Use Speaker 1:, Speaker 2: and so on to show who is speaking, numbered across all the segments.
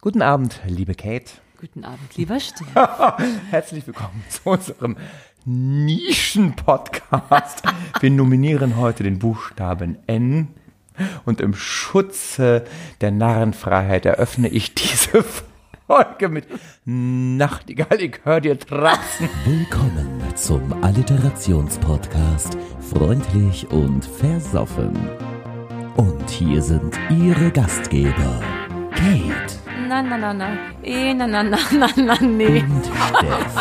Speaker 1: Guten Abend, liebe Kate.
Speaker 2: Guten Abend, lieber Stefan.
Speaker 1: Herzlich willkommen zu unserem Nischen-Podcast. Wir nominieren heute den Buchstaben N. Und im Schutze der Narrenfreiheit eröffne ich diese Folge mit Nachtigall, ich höre dir trapsen.
Speaker 3: Willkommen zum Alliterationspodcast Freundlich und Versoffen. Und hier sind Ihre Gastgeber, Kate
Speaker 2: Na, na, na, na. Eh, na, na, na, na, na, nee.
Speaker 3: und Steff.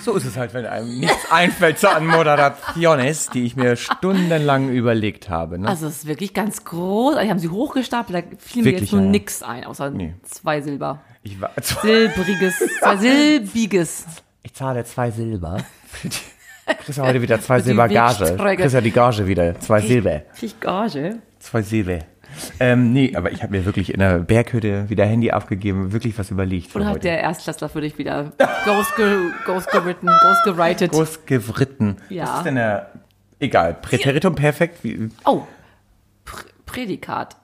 Speaker 1: So ist es halt, wenn einem nichts einfällt zu an Moderationes, die ich mir stundenlang überlegt habe. Ne?
Speaker 2: Also, es ist wirklich ganz groß. Die haben sie hochgestapelt. Da fiel mir
Speaker 1: Wirklich,
Speaker 2: jetzt nur
Speaker 1: ja, ja.
Speaker 2: nix ein, außer zwei Silber.
Speaker 1: Ich, war,
Speaker 2: Silbriges, zwei Silbiges.
Speaker 1: ich zahle zwei Silber. Kriegst du heute wieder zwei
Speaker 2: die
Speaker 1: Silber Gage.
Speaker 2: Wegstrecke.
Speaker 1: Kriegst ja die Gage wieder. Zwei Silber.
Speaker 2: Krieg Gage.
Speaker 1: Zwei Silber. Ähm, nee, aber ich habe mir wirklich in der Berghütte wieder Handy abgegeben, wirklich was überlegt.
Speaker 2: Und hat der Erstklässler für dich wieder ghost, ge ghost geritten, ghost gewritet.
Speaker 1: Groß gewritten.
Speaker 2: Ja.
Speaker 1: Was ist denn der... Egal, Präteritum perfekt. Wie,
Speaker 2: Oh, Pr Prädikat.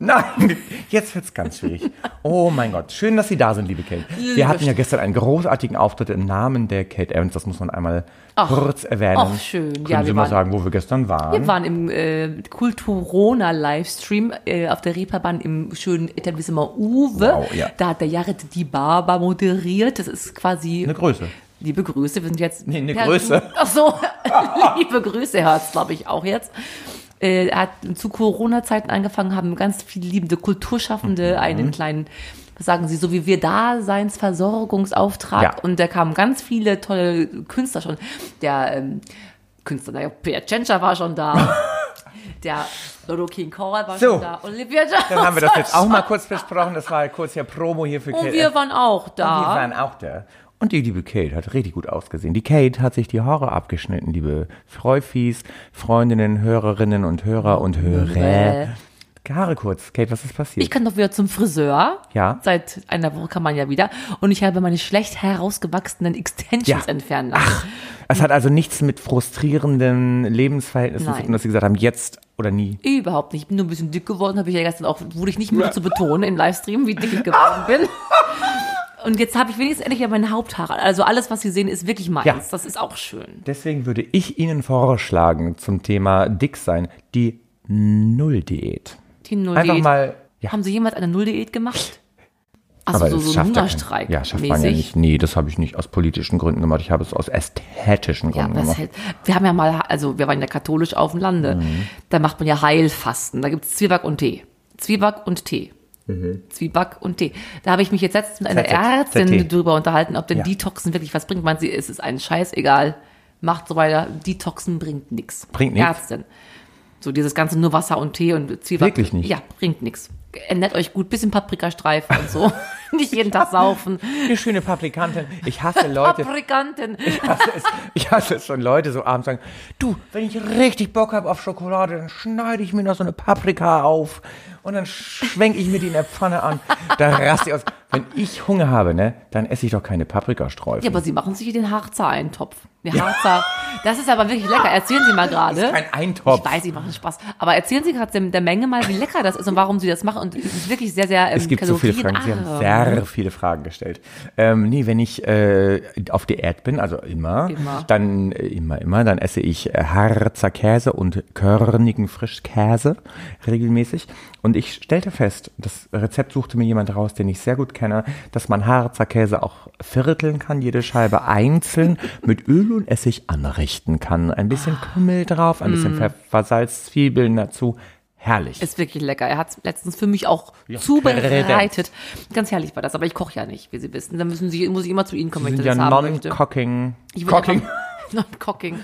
Speaker 1: Nein, jetzt wird's ganz schwierig. Oh mein Gott, schön, dass Sie da sind, liebe Kate. Wir hatten ja gestern einen großartigen Auftritt im Namen der Kate Evans, das muss man einmal kurz erwähnen.
Speaker 2: ach, schön.
Speaker 1: Können
Speaker 2: Ja,
Speaker 1: Sie
Speaker 2: wir
Speaker 1: mal
Speaker 2: waren-
Speaker 1: sagen, wo wir gestern waren?
Speaker 2: Wir waren im äh, Kulturona-Livestream äh, auf der Reeperbahn im schönen Etablissement Uwe.
Speaker 1: Wow, ja.
Speaker 2: Da hat der Jared die Barber moderiert. Das ist quasi...
Speaker 1: Eine Größe.
Speaker 2: Liebe Grüße, wir sind jetzt.
Speaker 1: Nee, eine
Speaker 2: per
Speaker 1: Größe.
Speaker 2: Du- Ach so, liebe Grüße hört's, glaube ich, auch jetzt. Äh, Er hat zu Corona-Zeiten angefangen, haben ganz viele liebende Kulturschaffende
Speaker 1: Mhm.
Speaker 2: einen kleinen, was sagen Sie, so wie wir Daseinsversorgungsauftrag.
Speaker 1: Ja.
Speaker 2: Und da kamen ganz viele tolle Künstler schon. Der ähm, Künstler, naja, Peter Tschentscher war schon da. Der Lolo King Cole war
Speaker 1: So.
Speaker 2: schon da. Olivia Jones.
Speaker 1: Dann haben wir das
Speaker 2: war
Speaker 1: jetzt auch mal kurz besprochen. Das war kurz ja Promo hier für
Speaker 2: schon-
Speaker 1: Kate.
Speaker 2: Und wir waren auch da.
Speaker 1: Und wir waren auch da. Und die liebe Kate hat richtig gut ausgesehen. Die Kate hat sich die Haare abgeschnitten, liebe Freufis, Freundinnen, Hörerinnen und Hörer und Hörer. Haare kurz. Kate, was ist passiert?
Speaker 2: Ich kann doch wieder zum Friseur.
Speaker 1: Ja.
Speaker 2: Seit einer Woche kann man ja wieder. Und ich habe meine schlecht herausgewachsenen Extensions
Speaker 1: Ja.
Speaker 2: entfernen lassen.
Speaker 1: Es hat also nichts mit frustrierenden Lebensverhältnissen zu
Speaker 2: Nein.
Speaker 1: tun, dass sie gesagt haben, jetzt oder nie.
Speaker 2: Überhaupt nicht. Ich bin nur ein bisschen dick geworden, habe ich ja gestern auch, wurde ich nicht mehr zu betonen im Livestream, wie dick ich geworden bin. Und jetzt habe ich wenigstens endlich wieder meine Haupthaare. Also alles, was Sie sehen, ist wirklich meins.
Speaker 1: Ja.
Speaker 2: Das ist auch schön.
Speaker 1: Deswegen würde ich Ihnen vorschlagen zum Thema dick sein, die Null-Diät.
Speaker 2: Die Null
Speaker 1: Einfach
Speaker 2: Diät.
Speaker 1: mal, ja,
Speaker 2: Haben Sie jemals eine Null-Diät gemacht? Also
Speaker 1: aber
Speaker 2: so,
Speaker 1: das
Speaker 2: so einen
Speaker 1: schafft ja kein-
Speaker 2: Hungerstreik
Speaker 1: Ja, schafft man ja
Speaker 2: mäßig?
Speaker 1: nicht. Nee, das habe ich nicht aus politischen Gründen gemacht. Ich habe es aus ästhetischen
Speaker 2: Ja,
Speaker 1: Gründen
Speaker 2: aber das
Speaker 1: gemacht.
Speaker 2: hält, wir haben ja mal, also wir waren ja katholisch auf dem Lande.
Speaker 1: Mhm.
Speaker 2: Da macht man ja Heilfasten. Da gibt's Zwieback und Tee. Zwieback und Tee.
Speaker 1: Mhm.
Speaker 2: Zwieback und Tee. Da habe ich mich jetzt letztens mit einer
Speaker 1: ZZ,
Speaker 2: Ärztin
Speaker 1: ZT.
Speaker 2: drüber unterhalten, ob denn
Speaker 1: Ja.
Speaker 2: Detoxen wirklich was bringt. Meint sie, es ist ein Scheiß, egal. Macht so weiter. Detoxen bringt nichts.
Speaker 1: Bringt nix?
Speaker 2: Ärztin. So dieses ganze nur Wasser und Tee und Zwieback.
Speaker 1: Wirklich nicht?
Speaker 2: Ja, bringt nichts. Ernährt euch gut, bisschen Paprikastreifen und so. nicht jeden Tag saufen.
Speaker 1: Eine schöne Paprikantin. Ich hasse Leute,
Speaker 2: Paprikanten.
Speaker 1: hasse es, ich hasse es, wenn Leute so abends sagen, du, wenn ich richtig Bock habe auf Schokolade, dann schneide ich mir noch so eine Paprika auf und dann schwenke ich mir die in der Pfanne an. Da raste ich aus. Wenn ich Hunger habe, ne, dann esse ich doch keine Paprikastreifen.
Speaker 2: Ja, aber sie machen sich den Harzer-Eintopf. Der Harzer, das ist aber wirklich lecker. Erzählen Sie mal gerade.
Speaker 1: Kein Eintopf.
Speaker 2: Ich weiß, ich mache Spaß. Aber erzählen Sie gerade der- der Menge mal, wie lecker das ist und warum Sie das machen. Und es ist wirklich sehr, sehr ähm, ah.
Speaker 1: Es gibt so viele Fragen. Sie haben sehr viele Fragen gestellt. Ähm, nee, wenn ich äh, auf Diät bin, also immer,
Speaker 2: Immer.
Speaker 1: dann äh, immer, immer, dann esse ich äh, Harzer Käse und körnigen Frischkäse regelmäßig. Und ich stellte fest, das Rezept suchte mir jemand raus, den ich sehr gut kenne, dass man Harzer Käse auch vierteln kann, jede Scheibe einzeln mit Öl und Essig anrichten kann. Ein bisschen
Speaker 2: Ah.
Speaker 1: Kümmel drauf, ein
Speaker 2: Mm.
Speaker 1: bisschen Pfeffer, Salz, Zwiebeln dazu. Herrlich.
Speaker 2: Ist wirklich lecker. Er hat es letztens für mich auch zubereitet. Ganz herrlich war das. Aber ich koche ja nicht, wie Sie wissen. Dann müssen Sie, muss ich immer zu Ihnen kommen,
Speaker 1: Sie
Speaker 2: wenn ich
Speaker 1: sind ja
Speaker 2: das haben möchte.
Speaker 1: non-cocking.
Speaker 2: Ich will
Speaker 1: Cocking.
Speaker 2: einfach- Non-cocking.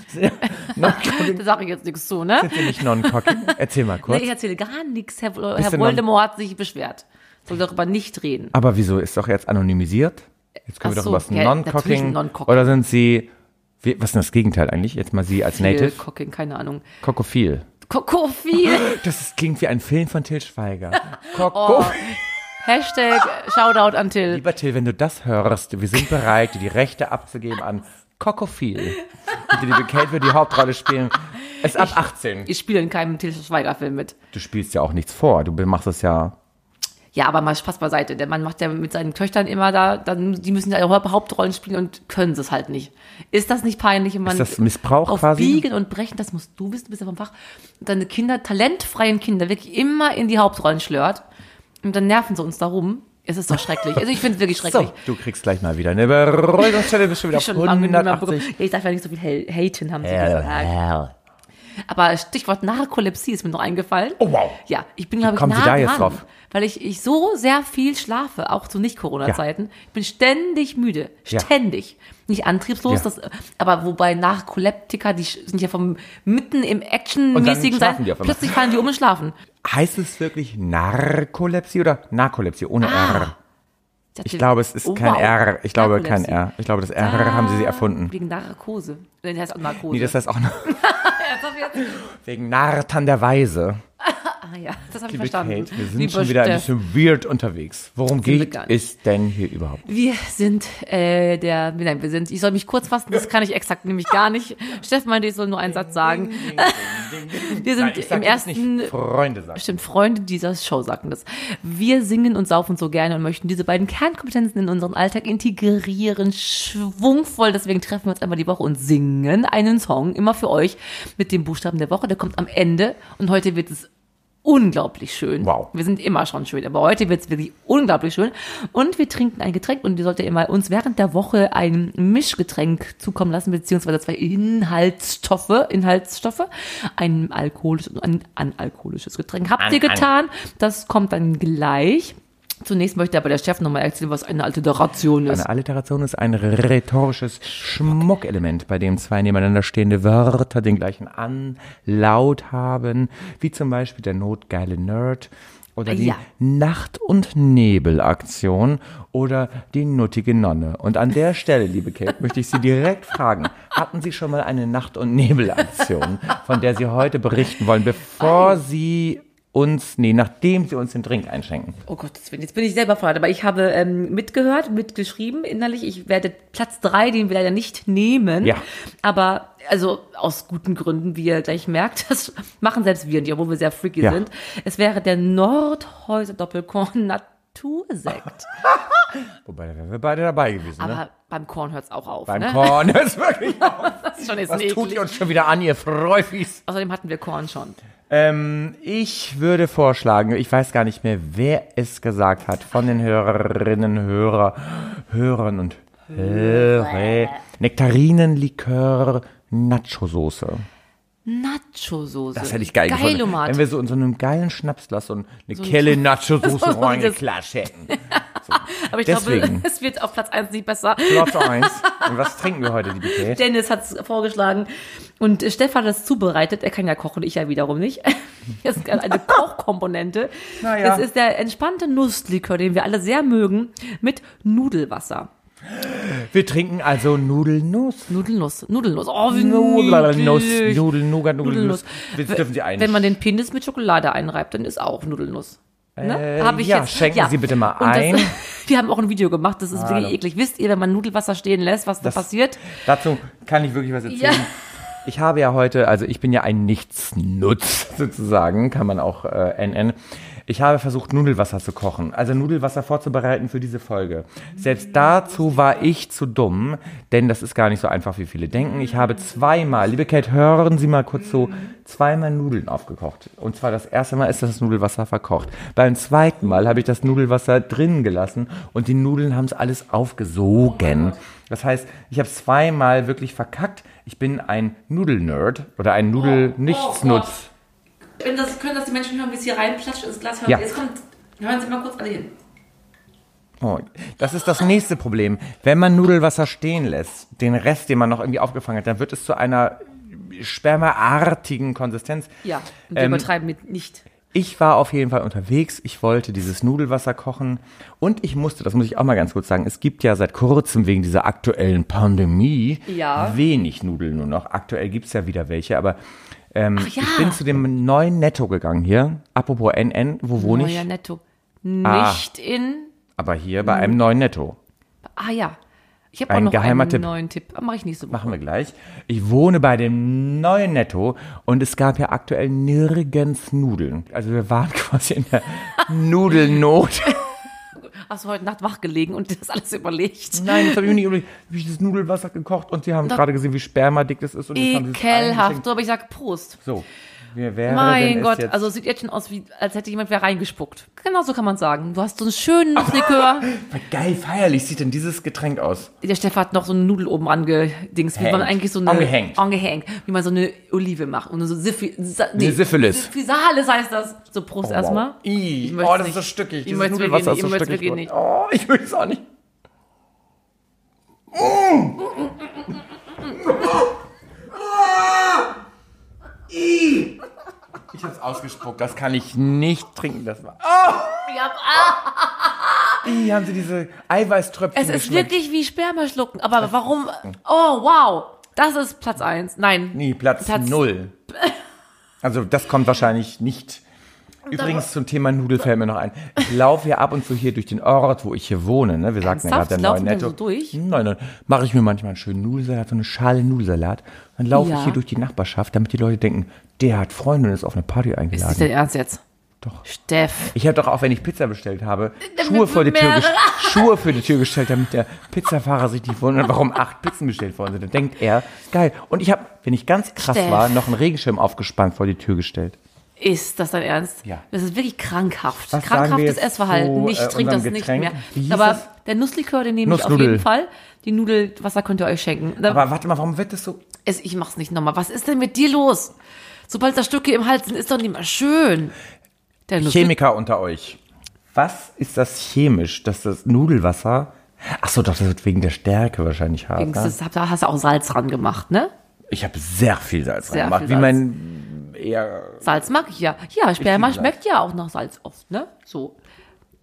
Speaker 1: Non-cocking.
Speaker 2: Da sage ich jetzt nichts zu, ne?
Speaker 1: Sind Sie nicht non-cocking? Erzähl mal
Speaker 2: Nee,
Speaker 1: kurz.
Speaker 2: ich erzähle gar nichts. Herr,
Speaker 1: du
Speaker 2: Herr
Speaker 1: non-
Speaker 2: Voldemort hat sich beschwert. Soll darüber nicht reden.
Speaker 1: Aber wieso ist doch jetzt anonymisiert? Jetzt können wir doch
Speaker 2: Ach so,
Speaker 1: über das
Speaker 2: ja, natürlich
Speaker 1: non-cocking.
Speaker 2: ein Non-Cocking.
Speaker 1: Oder sind Sie, wie, was ist denn das Gegenteil eigentlich? Jetzt mal Sie als Native.
Speaker 2: Cocking, keine Ahnung.
Speaker 1: Kokophil.
Speaker 2: Kokophil.
Speaker 1: Das ist, klingt wie ein Film von Till Schweiger.
Speaker 2: Oh.
Speaker 1: Kokophil.
Speaker 2: Hashtag Shoutout an Till.
Speaker 1: Lieber Till, wenn du das hörst, wir sind bereit, dir die Rechte abzugeben an Kokophil. Und die liebe Kate wird die Hauptrolle spielen. Ist ab 18.
Speaker 2: Ich spiele in keinem Till Schweiger Film mit.
Speaker 1: Du spielst ja auch nichts vor. Du machst es ja
Speaker 2: Ja, aber mal Spaß beiseite. Der Mann macht ja mit seinen Töchtern immer da, dann, die müssen ja überhaupt Hauptrollen spielen und können es halt nicht. Ist das nicht peinlich? Wenn man
Speaker 1: Ist das Missbrauch
Speaker 2: auf
Speaker 1: quasi?
Speaker 2: Biegen und Brechen, das musst du wissen, du bist ja vom Fach. Und deine Kinder, talentfreien Kinder, wirklich immer in die Hauptrollen schlört. Und dann nerven sie uns darum. Es ist doch schrecklich. Also ich finde es wirklich schrecklich.
Speaker 1: So, du kriegst gleich mal wieder eine Beruhigungsstelle, bist schon wieder auf
Speaker 2: Schon lange nicht mehr bekommen.
Speaker 1: 180.
Speaker 2: Ja, ich darf ja nicht so viel hel- haten, haben sie
Speaker 3: Äh,
Speaker 1: Hell,
Speaker 2: gesagt.
Speaker 1: hell.
Speaker 2: Aber Stichwort Narkolepsie ist mir noch eingefallen.
Speaker 1: Oh, wow.
Speaker 2: Ja, ich bin, glaube ich,
Speaker 1: kommen Sie
Speaker 2: nah
Speaker 1: da jetzt
Speaker 2: dran,
Speaker 1: drauf?
Speaker 2: Weil ich, ich so sehr viel schlafe, auch zu Nicht-Corona-Zeiten. Ich bin ständig müde.
Speaker 1: Ja.
Speaker 2: Ständig. Nicht antriebslos,
Speaker 1: Ja.
Speaker 2: das, aber wobei Narkoleptiker, die sch- sind ja vom mitten im actionmäßigen
Speaker 1: Und dann schlafen
Speaker 2: Sein,
Speaker 1: die auf einmal.
Speaker 2: plötzlich fallen die um und schlafen.
Speaker 1: Heißt es wirklich Narkolepsie oder Narkolepsie ohne R?
Speaker 2: dachte,
Speaker 1: Ich glaube, es ist
Speaker 2: oh,
Speaker 1: kein
Speaker 2: Ah, wow.
Speaker 1: R. Ich glaube kein
Speaker 2: Narkolepsie. Ah.
Speaker 1: R. Ich glaube, das R haben sie sie erfunden.
Speaker 2: Wegen Narkose. Nee, das heißt auch Narkose.
Speaker 1: Nee, das heißt auch noch
Speaker 2: das hab ich jetzt,
Speaker 1: wegen Nartan der Weise.
Speaker 2: ah ja, das habe ich
Speaker 1: Liebe
Speaker 2: verstanden.
Speaker 1: Kate, wir sind
Speaker 2: Lieber
Speaker 1: schon wieder ein
Speaker 2: Steff.
Speaker 1: bisschen weird unterwegs. Worum
Speaker 2: wir
Speaker 1: geht
Speaker 2: gar nicht.
Speaker 1: es denn hier überhaupt?
Speaker 2: Wir sind äh, der, nein, wir sind, ich soll mich kurz fassen, das kann ich exakt nämlich gar nicht. Steff meinte, ich soll nur einen Satz sagen. Wir sind
Speaker 1: ich sag
Speaker 2: im
Speaker 1: jetzt
Speaker 2: ersten,
Speaker 1: Nicht Freunde sagen.
Speaker 2: stimmt, Freunde dieser Show sagten das. Wir singen und saufen so gerne und möchten diese beiden Kernkompetenzen in unseren Alltag integrieren, schwungvoll. Deswegen treffen wir uns einmal die Woche und singen einen Song, immer für euch, mit dem Buchstaben der Woche. Der kommt am Ende und heute wird es unglaublich schön.
Speaker 1: Wow.
Speaker 2: Wir sind immer schon schön, aber heute wird es wirklich unglaublich schön. Und wir trinken ein Getränk und ihr solltet immer uns während der Woche ein Mischgetränk zukommen lassen, beziehungsweise zwei Inhaltsstoffe, Inhaltsstoffe, ein alkoholisches und ein analkoholisches Getränk. Habt
Speaker 1: An-
Speaker 2: ihr
Speaker 1: an-
Speaker 2: getan? Das kommt dann gleich. Zunächst möchte aber der Chef nochmal erzählen, was eine Alliteration ist.
Speaker 1: Eine Alliteration ist ein rhetorisches Schmuckelement, bei dem zwei nebeneinander stehende Wörter den gleichen Anlaut haben, wie zum Beispiel der notgeile Nerd oder die
Speaker 2: Ah, Ja.
Speaker 1: Nacht- und Nebelaktion oder die nuttige Nonne. Und an der Stelle, liebe Kate, möchte ich Sie direkt fragen, hatten Sie schon mal eine Nacht- und Nebelaktion, von der Sie heute berichten wollen, bevor Sie uns, nee, nachdem Sie uns den Drink einschenken?
Speaker 2: Oh Gott, jetzt bin, jetzt bin ich selber verraten. Aber ich habe ähm, mitgehört, mitgeschrieben innerlich. Ich werde Platz drei, den wir leider nicht nehmen.
Speaker 1: Ja.
Speaker 2: Aber also aus guten Gründen, wie ihr gleich merkt, das machen selbst wir nicht, obwohl wir sehr freaky
Speaker 1: Ja.
Speaker 2: sind. Es wäre der Nordhäuser Doppelkorn Natursekt.
Speaker 1: Wobei, da wären wir beide dabei gewesen, ne?
Speaker 2: Aber beim Korn hört es auch auf.
Speaker 1: Beim
Speaker 2: ne?
Speaker 1: Korn ist wirklich
Speaker 2: Das ist schon jetzt
Speaker 1: Was tut
Speaker 2: eklig.
Speaker 1: ihr uns schon wieder an, ihr Freufis?
Speaker 2: Außerdem hatten wir Korn schon.
Speaker 1: Ähm, ich würde vorschlagen, ich weiß gar nicht mehr, wer es gesagt hat, von den Hörerinnen, Hörer, Hörern und Hörer. Nektarinen, Likör, Nacho-Soße.
Speaker 2: Nacho-Soße.
Speaker 1: Das hätte ich geil gefunden.
Speaker 2: Geilomat.
Speaker 1: Wenn wir so in so einem geilen Schnapsglas so eine Kelle Nacho-Soße
Speaker 2: So ein-
Speaker 1: reingeklatscht hätten.
Speaker 2: Aber ich
Speaker 1: deswegen.
Speaker 2: glaube, es wird auf Platz eins nicht besser.
Speaker 1: Plot 1. Und was trinken wir heute, liebe Kate?
Speaker 2: Dennis hat es vorgeschlagen und äh, Stefan hat es zubereitet. Er kann ja kochen, ich ja wiederum nicht. Das ist eine Kochkomponente.
Speaker 1: Naja.
Speaker 2: Es ist der entspannte Nusslikör, den wir alle sehr mögen, mit Nudelwasser.
Speaker 1: Wir trinken also Nudelnuss.
Speaker 2: Nudelnuss, Nudelnuss. Oh, wie
Speaker 1: Nudelnuss,
Speaker 2: niedlich.
Speaker 1: Nudelnugat, Nudelnuss.
Speaker 2: Nudelnuss.
Speaker 1: Wir dürfen sie ein.
Speaker 2: Wenn man den Penis mit Schokolade einreibt, dann ist auch Nudelnuss. Ne?
Speaker 1: Äh, ja, schenken Sie bitte mal ein.
Speaker 2: Das, wir haben auch ein Video gemacht, das ist wirklich eklig. Wisst ihr, wenn man Nudelwasser stehen lässt, was da passiert?
Speaker 1: Dazu kann ich wirklich was erzählen.
Speaker 2: Ja.
Speaker 1: Ich habe ja heute, also ich bin ja ein Nichtsnutz sozusagen, kann man auch äh, NN. Ich habe versucht, Nudelwasser zu kochen, also Nudelwasser vorzubereiten für diese Folge. Selbst dazu war ich zu dumm, denn das ist gar nicht so einfach, wie viele denken. Ich habe zweimal, liebe Kate, hören Sie mal kurz zu, zweimal Nudeln aufgekocht. Und zwar das erste Mal ist das Nudelwasser verkocht. Beim zweiten Mal habe ich das Nudelwasser drin gelassen und die Nudeln haben es alles aufgesogen. Das heißt, ich habe zweimal wirklich verkackt. Ich bin ein Nudelnerd oder ein
Speaker 2: Oh,
Speaker 1: Nudel-Nichtsnutz.
Speaker 2: Wenn das, können das die Menschen hören, wie es hier reinplatscht ins Glas?
Speaker 1: Ja. Jetzt
Speaker 2: kommt, hören Sie mal kurz alle hin.
Speaker 1: Oh, das ist das nächste Problem. Wenn man Nudelwasser stehen lässt, den Rest, den man noch irgendwie aufgefangen hat, dann wird es zu einer spermaartigen Konsistenz.
Speaker 2: Ja,
Speaker 1: Ähm,
Speaker 2: und wir übertreiben mit nicht.
Speaker 1: Ich war auf jeden Fall unterwegs. Ich wollte dieses Nudelwasser kochen. Und ich musste, das muss ich auch mal ganz kurz sagen, es gibt ja seit kurzem wegen dieser aktuellen Pandemie
Speaker 2: Ja.
Speaker 1: wenig Nudeln nur noch. Aktuell gibt's ja wieder welche, aber ähm,
Speaker 2: Ach ja,
Speaker 1: ich bin zu dem neuen Netto gegangen hier. Apropos NN, wo wohne
Speaker 2: Neuer
Speaker 1: ich?
Speaker 2: Netto.
Speaker 1: oh,
Speaker 2: Mhm.
Speaker 1: Ah.
Speaker 2: Nicht in,
Speaker 1: Aber hier bei einem neuen Netto.
Speaker 2: ah ja. Ich habe auch
Speaker 1: Ein
Speaker 2: noch
Speaker 1: geheimer
Speaker 2: einen
Speaker 1: Tipp.
Speaker 2: neuen Tipp. Mache ich nächste Woche.
Speaker 1: Machen wir gleich. Ich wohne bei dem neuen Netto und es gab ja aktuell nirgends Nudeln. Also wir waren quasi in der Nudelnot.
Speaker 2: Hast du heute Nacht wach gelegen und dir das alles überlegt?
Speaker 1: Nein, das habe ich mir nicht überlegt. Habe ich das Nudelwasser gekocht und sie haben gerade gesehen, wie spermadick das ist. Und jetzt haben sie es
Speaker 2: Ekelhaft.
Speaker 1: eingeschenkt.
Speaker 2: So, aber ich sag Prost.
Speaker 1: So, wer wäre denn
Speaker 2: Mein
Speaker 1: es
Speaker 2: Gott,
Speaker 1: jetzt?
Speaker 2: also es sieht jetzt schon aus, wie, als hätte jemand wer reingespuckt. Genau so kann man sagen. Du hast so einen schönen Nusslikör.
Speaker 1: Geil, feierlich sieht denn dieses Getränk aus.
Speaker 2: Der Steff hat noch so eine Nudel oben angedings, wie man
Speaker 1: Hängt.
Speaker 2: eigentlich so eine...
Speaker 1: Angehängt.
Speaker 2: Angehängt. Wie man so eine Olive macht. Und so Siphi, Sa,
Speaker 1: Nee, Syphilis. Oh,
Speaker 2: Syphisalis heißt das. So Prost
Speaker 1: Wow.
Speaker 2: erstmal.
Speaker 1: Ih,
Speaker 2: Ich möcht's
Speaker 1: oh, das
Speaker 2: nicht.
Speaker 1: ist so stückig.
Speaker 2: Ich
Speaker 1: Dieses
Speaker 2: möcht's wirklich
Speaker 1: Nudelwasser ist
Speaker 2: nicht.
Speaker 1: so
Speaker 2: Ich möcht's
Speaker 1: stückig.
Speaker 2: wirklich nicht.
Speaker 1: Oh, ich will es auch nicht. Mm. Ich hab's ausgespuckt, das kann ich nicht trinken. Das war.
Speaker 2: Ich hab, ah,
Speaker 1: Ih, haben sie diese Eiweißtröpfchen
Speaker 2: es ist
Speaker 1: geschmeckt.
Speaker 2: wirklich wie Sperma schlucken. Aber warum... Oh, wow. Das ist Platz eins. Nein.
Speaker 1: Nee, Platz,
Speaker 2: Platz-
Speaker 1: null. Also das kommt wahrscheinlich nicht. Übrigens zum Thema Nudel fällt mir noch ein. Ich laufe ja ab und zu hier durch den Ort, wo ich hier wohne. Ne? Wir sagten ja gerade
Speaker 2: Ernsthaft?
Speaker 1: der neue
Speaker 2: Laufen wir
Speaker 1: Netto.
Speaker 2: so durch?
Speaker 1: Nein, dann mache ich mir manchmal einen schönen Nudelsalat, so eine Schale Nudelsalat. Dann laufe
Speaker 2: Ja.
Speaker 1: ich hier durch die Nachbarschaft, damit die Leute denken, der hat Freunde und ist auf eine Party
Speaker 2: Ist das
Speaker 1: eingeladen.
Speaker 2: dein Ernst jetzt?
Speaker 1: Doch.
Speaker 2: Steff.
Speaker 1: Ich habe doch auch, wenn ich Pizza bestellt habe,
Speaker 2: Damit
Speaker 1: Schuhe vor, die Tür
Speaker 2: mehrere-
Speaker 1: gest- Schuhe vor die Tür gestellt, damit der Pizzafahrer sich nicht wundert, warum acht Pizzen bestellt worden sind. Dann denkt er, geil. Und ich habe, wenn ich ganz krass
Speaker 2: Steff.
Speaker 1: war, noch einen Regenschirm aufgespannt vor die Tür gestellt.
Speaker 2: Ist das dein Ernst?
Speaker 1: Ja.
Speaker 2: Das ist wirklich krankhaft.
Speaker 1: Was sagen wir
Speaker 2: Krankhaftes
Speaker 1: jetzt
Speaker 2: Essverhalten.
Speaker 1: zu,
Speaker 2: ich
Speaker 1: äh,
Speaker 2: trinke das
Speaker 1: unserem
Speaker 2: nicht
Speaker 1: Getränk? Wie hieß
Speaker 2: mehr. Aber
Speaker 1: es?
Speaker 2: der Nusslikör, den nehme ich auf
Speaker 1: Nussnudel.
Speaker 2: jeden Fall. Die Nudelwasser könnt ihr euch schenken. Da,
Speaker 1: Aber warte mal, warum wird das so?
Speaker 2: es, ich mach's nicht nochmal. Was ist denn mit dir los? Sobald da Stücke im Hals sind, ist doch nicht mehr schön. Der Nusslikör.
Speaker 1: Chemiker unter euch. Was ist das chemisch, dass das Nudelwasser? Ach so, doch, das wird wegen der Stärke wahrscheinlich hart.
Speaker 2: Übrigens,
Speaker 1: Ne?
Speaker 2: das- Da hast du auch Salz ran gemacht, ne?
Speaker 1: Ich habe sehr viel Salz
Speaker 2: Sehr
Speaker 1: reingemacht.
Speaker 2: viel
Speaker 1: Wie
Speaker 2: Salz.
Speaker 1: mein eher
Speaker 2: Salz mag ich ja. Ja, Sperma
Speaker 1: liebe Salz.
Speaker 2: schmeckt ja auch nach Salz oft, ne? So.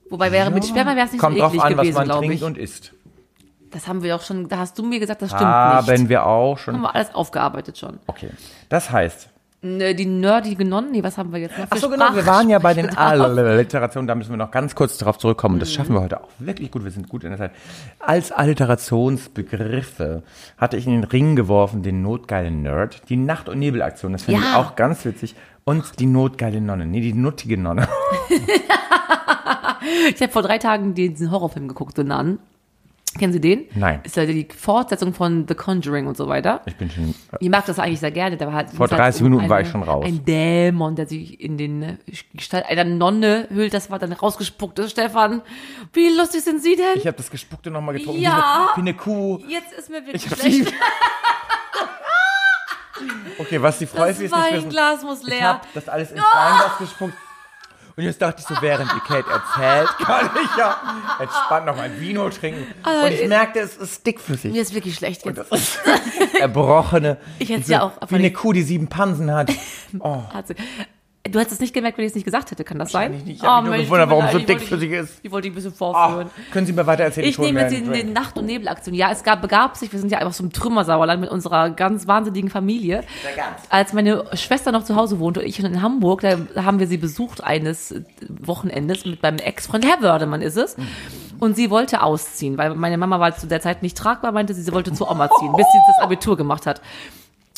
Speaker 2: Wobei wäre mit Sperma wäre es nicht
Speaker 1: kommt
Speaker 2: so
Speaker 1: drauf
Speaker 2: eklig
Speaker 1: an, was
Speaker 2: gewesen,
Speaker 1: man
Speaker 2: glaube
Speaker 1: trinkt
Speaker 2: ich.
Speaker 1: und isst.
Speaker 2: das haben wir doch schon, da hast du mir gesagt, das stimmt nicht.
Speaker 1: Haben wir auch schon.
Speaker 2: Haben wir alles aufgearbeitet schon.
Speaker 1: Ah, Okay, das heißt,
Speaker 2: Nö, Die nerdige Nonnen, nee, was haben wir jetzt noch?
Speaker 1: Ach so, genau, wir waren ja bei den Alliterationen, da müssen wir noch ganz kurz darauf zurückkommen. Und das schaffen wir heute auch wirklich gut, wir sind gut in der Zeit. Als Alliterationsbegriffe hatte ich in den Ring geworfen den notgeilen Nerd, die Nacht- und Nebelaktion, das finde ich
Speaker 2: Ja.
Speaker 1: auch ganz witzig. Und die notgeile Nonne, nee, die nuttige Nonne.
Speaker 2: Ich habe vor drei Tagen diesen Horrorfilm geguckt, The Nun. Kennen Sie den?
Speaker 1: Nein.
Speaker 2: Ist ja die Fortsetzung von The Conjuring und so weiter.
Speaker 1: Ich bin schon,
Speaker 2: Ich mag das eigentlich sehr gerne. Da war halt,
Speaker 1: Vor
Speaker 2: es halt
Speaker 1: 30
Speaker 2: um
Speaker 1: Minuten war ich schon raus.
Speaker 2: Ein Dämon, der sich in den äh, Gestalt einer Nonne hüllt, das war dann rausgespuckt. ist. Stefan, wie lustig sind Sie denn?
Speaker 1: ich habe das Gespuckte nochmal getrunken,
Speaker 2: Ja.
Speaker 1: wie, eine, wie eine Kuh.
Speaker 2: Jetzt ist mir wirklich
Speaker 1: Ich hab
Speaker 2: schlecht.
Speaker 1: die, okay, was die Frau
Speaker 2: Das
Speaker 1: ist, nicht wissen.
Speaker 2: Weinglas muss
Speaker 1: Ich
Speaker 2: leer. Ah.
Speaker 1: hab das alles ins Weinglas gespuckt. Und jetzt dachte ich so, während die Kate erzählt, kann ich ja entspannt noch mein Vino trinken.
Speaker 2: Ah,
Speaker 1: Und ich merkte, es ist
Speaker 2: Mir
Speaker 1: dickflüssig.
Speaker 2: ist wirklich schlecht jetzt.
Speaker 1: Erbrochene.
Speaker 2: Ich hätt's
Speaker 1: so
Speaker 2: ja auch-
Speaker 1: Wie eine Kuh, die sieben Pansen hat. Oh,
Speaker 2: Hat sie. Du hättest es nicht gemerkt, wenn ich es nicht gesagt hätte, kann das sein?
Speaker 1: Wahrscheinlich nicht. Ich hab mich nur
Speaker 2: Oh,
Speaker 1: gewundert,
Speaker 2: Mensch, tut mir
Speaker 1: warum so
Speaker 2: leid, die wollte
Speaker 1: dickflüssig
Speaker 2: ich-
Speaker 1: ist.
Speaker 2: Die wollte ich ein bisschen
Speaker 1: oh.
Speaker 2: vorführen.
Speaker 1: Können Sie mir weiter erzählen?
Speaker 2: Ich
Speaker 1: hol mir
Speaker 2: nehme jetzt
Speaker 1: einen
Speaker 2: die, die
Speaker 1: Drink.
Speaker 2: Nacht- und Nebelaktion. Ja, es gab, begab sich, wir sind ja einfach so im Trümmersauerland mit unserer ganz wahnsinnigen Familie. Als meine Schwester noch zu Hause wohnte und ich in Hamburg, da haben wir sie besucht eines Wochenendes mit meinem Ex-Freund, Herr Wördemann ist es. Und sie wollte ausziehen, weil meine Mama war zu der Zeit nicht tragbar, meinte sie, sie wollte zu Oma ziehen, bis sie das Abitur gemacht hat.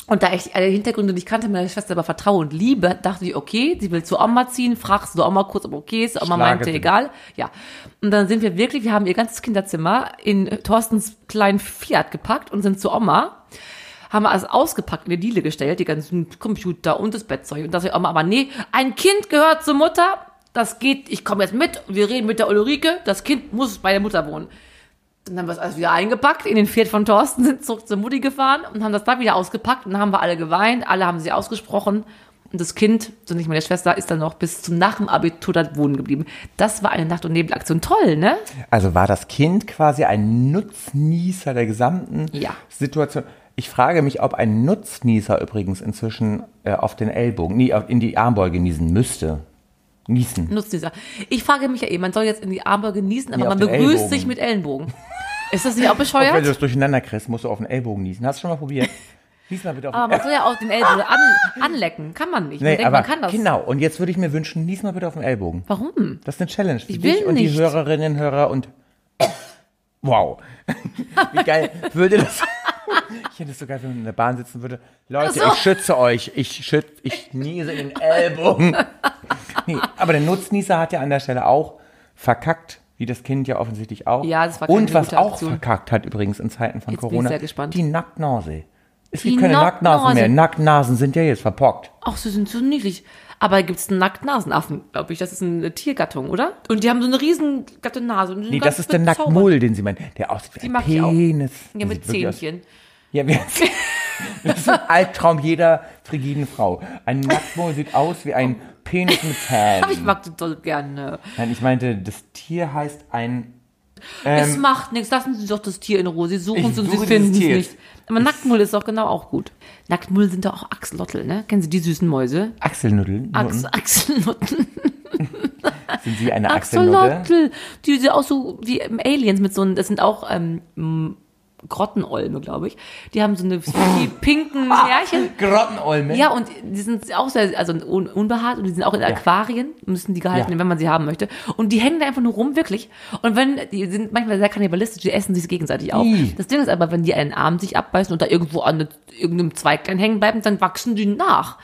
Speaker 2: Und da ich alle Hintergründe nicht kannte, meiner Schwester aber Vertrauen und Liebe, dachte ich, okay, sie will zu Oma ziehen, fragst du Oma kurz, ob okay ist. Oma
Speaker 1: Schlage
Speaker 2: meinte,
Speaker 1: sie.
Speaker 2: egal. Ja. Und dann sind wir wirklich, wir haben ihr ganzes Kinderzimmer in Thorstens kleinen Fiat gepackt und sind zu Oma haben wir alles ausgepackt, in die Diele gestellt, die ganzen Computer und das Bettzeug. Und da sagt Oma, aber nee, ein Kind gehört zur Mutter, das geht, ich komme jetzt mit, wir reden mit der Ulrike, das Kind muss bei der Mutter wohnen. Dann haben wir das alles wieder eingepackt, in den Fiat von Thorsten, sind zurück zur Mutti gefahren und haben das da wieder ausgepackt und dann haben wir alle geweint, alle haben sie ausgesprochen. Und das Kind, so nicht meine Schwester, ist dann noch bis zum nach dem Abitur dort wohnen geblieben. Das war eine Nacht- und Nebelaktion. Toll, ne?
Speaker 1: Also war das Kind quasi ein Nutznießer der gesamten
Speaker 2: Ja.
Speaker 1: Situation. Ich frage mich, ob ein Nutznießer übrigens inzwischen äh, auf den Ellbogen, nie auf, in die Armbeuge niesen müsste. Niesen.
Speaker 2: nutzt dieser. Ich frage mich ja eh, man soll jetzt in die Arme genießen, aber
Speaker 1: Nee,
Speaker 2: man
Speaker 1: auf den
Speaker 2: begrüßt
Speaker 1: Ellbogen.
Speaker 2: sich mit Ellenbogen. Ist das nicht
Speaker 1: Auch
Speaker 2: auch
Speaker 1: wenn du
Speaker 2: bescheuert?
Speaker 1: das durcheinander kriegst, musst du auf den Ellbogen niesen. Hast du schon mal probiert? Nies mal bitte auf den
Speaker 2: Aber
Speaker 1: Ellbogen.
Speaker 2: man soll ja auch den Ellbogen an, anlecken. Kann man nicht. Man
Speaker 1: Nee,
Speaker 2: denkt,
Speaker 1: aber
Speaker 2: Ah, man kann das.
Speaker 1: genau. Und jetzt würde ich mir wünschen, nies mal bitte auf den Ellbogen.
Speaker 2: Warum?
Speaker 1: Das ist eine Challenge für
Speaker 2: Ich
Speaker 1: dich
Speaker 2: will
Speaker 1: und die
Speaker 2: nicht.
Speaker 1: Hörerinnen, Hörer und Wow. Wie geil würde das. Ich hätte es so geil, wenn man in der Bahn sitzen würde. Leute,
Speaker 2: Ach so.
Speaker 1: ich schütze euch. Ich schütze, ich niese in den Ellbogen. Nee, aber der Nutznießer hat ja an der Stelle auch verkackt, wie das Kind ja offensichtlich auch.
Speaker 2: Ja, das war keine
Speaker 1: Und was
Speaker 2: gute
Speaker 1: auch
Speaker 2: Aktion.
Speaker 1: verkackt hat übrigens in Zeiten von
Speaker 2: Jetzt bin ich
Speaker 1: Corona.
Speaker 2: sehr gespannt.
Speaker 1: Die Nacktnase. Es
Speaker 2: Die
Speaker 1: gibt keine Nacktnasen mehr.
Speaker 2: Nacktnase. Oh
Speaker 1: Nacktnasen sind ja jetzt verpockt.
Speaker 2: Ach, sie sind so niedlich. Aber gibt's einen Nacktnasenaffen, glaube ich. Das ist eine Tiergattung, oder? Und die haben so eine riesen glatte Nase. Und die sind
Speaker 1: Nee,
Speaker 2: ganz
Speaker 1: das ist der
Speaker 2: bezaubernd.
Speaker 1: Nacktmull, den sie meinen. Der aussieht wie
Speaker 2: Die
Speaker 1: ein
Speaker 2: mag ich auch.
Speaker 1: Penis.
Speaker 2: Ja, mit
Speaker 1: Der sieht wirklich aus-
Speaker 2: Zähnchen.
Speaker 1: Ja, wir das ist ein Albtraum jeder frigiden Frau. Ein Nacktmull sieht aus wie ein Penis mit
Speaker 2: Aber ich
Speaker 1: Zähnen.
Speaker 2: mag das so gerne.
Speaker 1: Nein, ich meinte, das Tier heißt ein.
Speaker 2: es macht nichts. Lassen Sie doch das Tier in Ruhe. Sie
Speaker 1: ähm, Ich
Speaker 2: suchen es und
Speaker 1: suche
Speaker 2: Sie finden es
Speaker 1: dieses Tier.
Speaker 2: nicht. Aber Nacktmull ist doch genau auch gut. Nacktmull sind doch auch Achselottel, ne? Kennen Sie die süßen
Speaker 1: Mhm.
Speaker 2: Mäuse?
Speaker 1: Achselnudeln.
Speaker 2: Achs Achselnotten.
Speaker 1: Sind Sie eine Achselnuddel?
Speaker 2: Axolotl. Die sehen auch so wie ähm, Aliens mit so einem, das sind auch ähm, m, Grottenolme, glaube ich. Die haben so eine die pinken Härchen.
Speaker 1: Grottenolme.
Speaker 2: Ja, und die sind auch sehr, also un unbehaart und die sind auch in Aquarien, müssen die gehalten
Speaker 1: Ja.
Speaker 2: werden, wenn man sie haben möchte. Und die hängen da einfach nur rum, wirklich. Und wenn, die sind manchmal sehr kannibalistisch, die essen sich gegenseitig auf.
Speaker 1: Ih.
Speaker 2: Das Ding ist aber, wenn die einen Arm sich abbeißen und da irgendwo an irgendeinem Zweig klein hängen bleiben, dann wachsen die nach.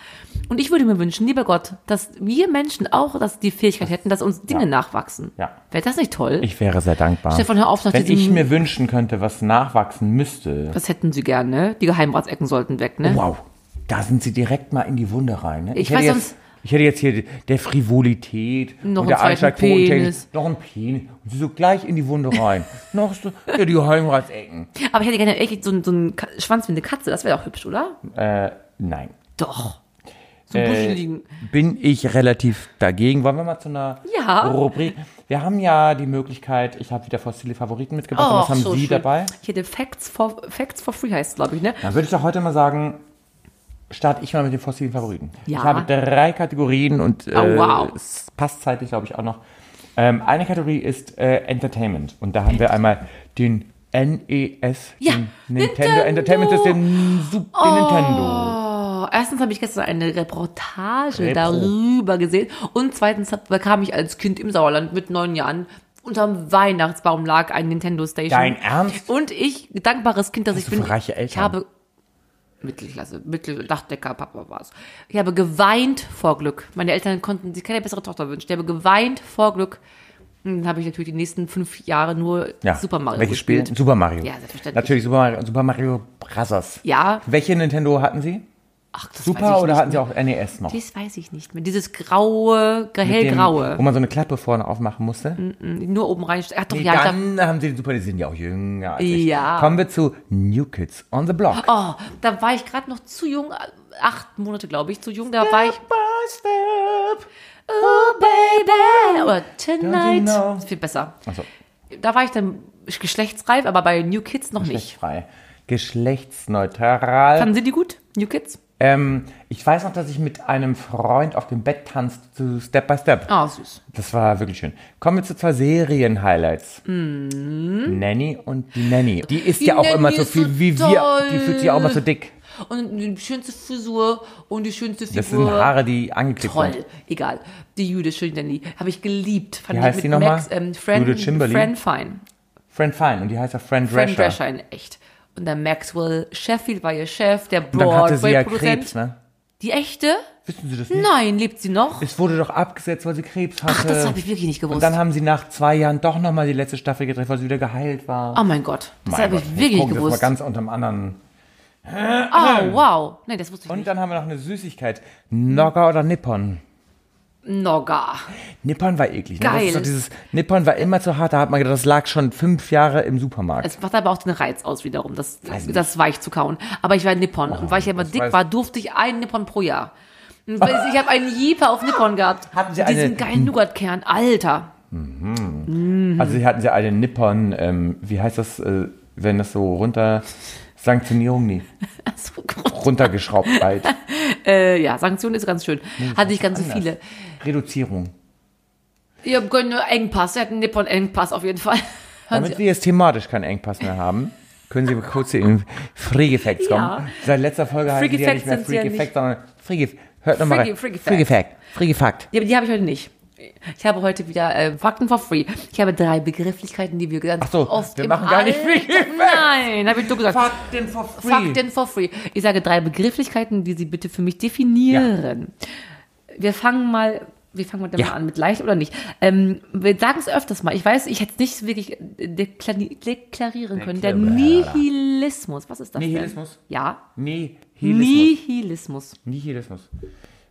Speaker 2: Und ich würde mir wünschen, lieber Gott, dass wir Menschen auch dass die Fähigkeit hätten, dass uns Dinge
Speaker 1: Ja.
Speaker 2: nachwachsen.
Speaker 1: Ja.
Speaker 2: Wäre das nicht toll?
Speaker 1: Ich wäre sehr dankbar.
Speaker 2: Stefan, hör auf, nach
Speaker 1: Wenn
Speaker 2: diesem-
Speaker 1: ich mir wünschen könnte, was nachwachsen müsste.
Speaker 2: das hätten sie gerne. ne? Die Geheimratsecken sollten weg, ne?
Speaker 1: Oh, Wow, da sind sie direkt mal in die Wunde rein. Ne?
Speaker 2: Ich
Speaker 1: hätte
Speaker 2: weiß
Speaker 1: jetzt,
Speaker 2: sonst-
Speaker 1: ich hätte jetzt hier der Frivolität
Speaker 2: Noch
Speaker 1: und
Speaker 2: einen
Speaker 1: der
Speaker 2: zweiten
Speaker 1: Einschlagquoten,
Speaker 2: Penis.
Speaker 1: noch ein Penis. Und sie so gleich in die Wunde rein. noch so, ja, die Geheimratsecken.
Speaker 2: Aber ich hätte gerne echt so, einen- so einen Ka- Schwanz wie eine Katze. Das wäre doch hübsch, oder?
Speaker 1: Äh, nein. Äh,
Speaker 2: Doch. So ein buscheligen.
Speaker 1: bin ich relativ dagegen. Wollen wir mal zu einer
Speaker 2: Ja.
Speaker 1: Rubrik? Wir haben ja die Möglichkeit, ich habe wieder fossile Favoriten mitgebracht. und was haben Sie dabei?
Speaker 2: Ich hätte Facts for, Facts for Free heißt, glaube ich, ne?
Speaker 1: Dann würde ich doch heute mal sagen, starte ich mal mit den fossilen Favoriten.
Speaker 2: Ja.
Speaker 1: Ich habe drei Kategorien und äh,
Speaker 2: Oh, wow.
Speaker 1: es passt zeitlich, glaube ich, auch noch. Ähm, eine Kategorie ist äh, Entertainment und da haben wir einmal den NES,
Speaker 2: Ja,
Speaker 1: den
Speaker 2: Nintendo.
Speaker 1: Nintendo Entertainment System, Super Nintendo.
Speaker 2: Oh, erstens habe ich gestern eine Reportage
Speaker 1: Repro.
Speaker 2: darüber gesehen und zweitens hab- bekam ich als Kind im Sauerland mit neun Jahren unterm Weihnachtsbaum lag ein Nintendo Station.
Speaker 1: Dein Ernst?
Speaker 2: Und ich, dankbares Kind, dass ich
Speaker 1: du
Speaker 2: bin,
Speaker 1: für reiche
Speaker 2: ich
Speaker 1: Eltern?
Speaker 2: habe Mittelklasse, Mitteldachdecker, Papa war es. Ich habe geweint vor Glück. Meine Eltern konnten sich keine bessere Tochter wünschen. Ich habe geweint vor Glück. Und Dann habe ich natürlich die nächsten fünf Jahre nur Super Mario
Speaker 1: Welches Spiel?
Speaker 2: gespielt.
Speaker 1: Super Mario.
Speaker 2: Ja, selbstverständlich.
Speaker 1: Natürlich Super Mario und Super Mario Bros.
Speaker 2: Ja.
Speaker 1: Welche Nintendo hatten Sie?
Speaker 2: Ach, das weiß
Speaker 1: Super
Speaker 2: ich
Speaker 1: oder
Speaker 2: nicht
Speaker 1: hatten Sie
Speaker 2: mehr.
Speaker 1: auch NES noch?
Speaker 2: Das weiß ich nicht mehr. Dieses graue, ge-
Speaker 1: Mit dem-
Speaker 2: hellgraue.
Speaker 1: Wo man so eine Klappe vorne aufmachen musste?
Speaker 2: Nur oben rein. Ach doch,
Speaker 1: Nee,
Speaker 2: ja, ich glaub,
Speaker 1: dann haben sie den Super, die sind ja auch jünger als ich.
Speaker 2: Ja.
Speaker 1: Kommen wir zu New Kids on the Block.
Speaker 2: Oh, da war ich gerade noch zu jung, äh, acht Monate, glaube ich, zu jung. Da war ich. Oh, baby. Oder
Speaker 1: Don't you
Speaker 2: tonight.
Speaker 1: know?
Speaker 2: Ist viel besser.
Speaker 1: Also,
Speaker 2: Da war ich dann geschlechtsreif, aber bei New Kids noch nicht.
Speaker 1: frei. Geschlechtsneutral.
Speaker 2: Fanden Sie die gut? New Kids?
Speaker 1: Ähm, ich weiß noch, dass ich mit einem Freund auf dem Bett tanzte zu Step by Step.
Speaker 2: Ah, süß.
Speaker 1: Das war wirklich schön. Kommen wir zu zwei Serien-Highlights. Nanny und die Nanny. Die ist
Speaker 2: Mhm. Die
Speaker 1: ja auch
Speaker 2: Nanny
Speaker 1: immer so
Speaker 2: ist
Speaker 1: viel
Speaker 2: so
Speaker 1: wie wir.
Speaker 2: toll.
Speaker 1: Die fühlt sich auch immer so dick.
Speaker 2: Und die schönste Frisur und die schönste Figur.
Speaker 1: Das sind Haare, die angeklebt sind.
Speaker 2: Toll, egal. Die jüdische Nanny habe ich geliebt. Fand
Speaker 1: Wie
Speaker 2: ich
Speaker 1: heißt
Speaker 2: mit
Speaker 1: die nochmal?
Speaker 2: Max, ähm, Fran,
Speaker 1: Judith Chamberlain?
Speaker 2: Fran Fine.
Speaker 1: Friend Fine. Und die heißt ja Friend
Speaker 2: Fran
Speaker 1: Drescher.
Speaker 2: Drescher in echt. Und der Maxwell Sheffield war ihr Chef, der
Speaker 1: Und dann hatte sie ja Krebs,
Speaker 2: Broadway-Produzent.
Speaker 1: ne?
Speaker 2: Die echte?
Speaker 1: Wissen Sie das nicht?
Speaker 2: Nein, lebt sie noch?
Speaker 1: Es wurde doch abgesetzt, weil sie Krebs hatte.
Speaker 2: Ach, das habe ich wirklich nicht gewusst.
Speaker 1: äh, Und dann haben sie nach zwei Jahren doch nochmal die letzte Staffel gedreht, weil sie wieder geheilt war.
Speaker 2: oh mein Gott, das
Speaker 1: Mein
Speaker 2: habe
Speaker 1: Gott,
Speaker 2: ich wirklich
Speaker 1: guck,
Speaker 2: nicht gewusst.
Speaker 1: Das war ganz unterm anderen.
Speaker 2: Oh, wow. Nein, das wusste ich
Speaker 1: Und
Speaker 2: nicht.
Speaker 1: dann haben wir noch eine Süßigkeit. Nogga oder Nippon?
Speaker 2: Nogga.
Speaker 1: Nippon war eklig. Ne? Das
Speaker 2: Geil.
Speaker 1: ist doch dieses, Nippon war immer zu hart. Da hat man gedacht, das lag schon fünf Jahre im Supermarkt.
Speaker 2: Es macht aber auch den Reiz aus wiederum, das,
Speaker 1: ich nicht. Oh,
Speaker 2: das weich zu kauen. Aber ich war Nippon und weil ich immer
Speaker 1: das
Speaker 2: dick
Speaker 1: weiß-
Speaker 2: war, durfte ich einen Nippon pro Jahr. Und weil Ich habe einen Jeeper auf Nippon gehabt.
Speaker 1: Hatten Sie
Speaker 2: Mit diesem
Speaker 1: eine-
Speaker 2: geilen Nougat-Kern. Alter. Mhm.
Speaker 1: Also sie hatten ja alle Nippon, ähm, wie heißt das, äh, wenn das so runter, Sanktionierung, nee,
Speaker 2: So groß.
Speaker 1: runtergeschraubt weit.
Speaker 2: Äh, ja, Sanktion ist ganz schön. Hatte ich ganz so
Speaker 1: anders.
Speaker 2: viele.
Speaker 1: Reduzierung.
Speaker 2: Ihr habt einen Engpass. Ihr habt einen Nippon-Engpass auf jeden Fall. Also,
Speaker 1: Damit wir jetzt thematisch keinen Engpass mehr haben, können Sie kurz zu Ihren Freak Effects kommen.
Speaker 2: Ja.
Speaker 1: Seit letzter Folge heißen die ja
Speaker 2: Effects
Speaker 1: nicht mehr
Speaker 2: sind sie
Speaker 1: Freak
Speaker 2: ja nicht.
Speaker 1: Effects, sondern Freak Effect. Hört nochmal rein.
Speaker 2: Freak- Freak
Speaker 1: Freak Effect. Freak Effect.
Speaker 2: Ja, aber die habe ich heute nicht. Ich habe heute wieder äh, Fakten for free. Ich habe drei Begrifflichkeiten, die wir ganz
Speaker 1: Ach so,
Speaker 2: oft
Speaker 1: wir
Speaker 2: im
Speaker 1: machen gar nicht
Speaker 2: Alter-
Speaker 1: viel.
Speaker 2: Nein, habe ich so gesagt.
Speaker 1: Fakten for free.
Speaker 2: Fakten for free. Ich sage drei Begrifflichkeiten, die Sie bitte für mich definieren. Wir fangen mal, wir fangen mit dem
Speaker 1: Ja.
Speaker 2: mal an, mit leicht oder nicht. Ähm, wir sagen es öfters mal. Ich weiß, ich hätte es nicht wirklich äh, deklari deklarieren können. Der
Speaker 1: Deklarieren.
Speaker 2: Nihilismus. Was ist das
Speaker 1: Nihilismus?
Speaker 2: denn? Ja.
Speaker 1: Nihilismus.
Speaker 2: Nihilismus.
Speaker 1: Nihilismus.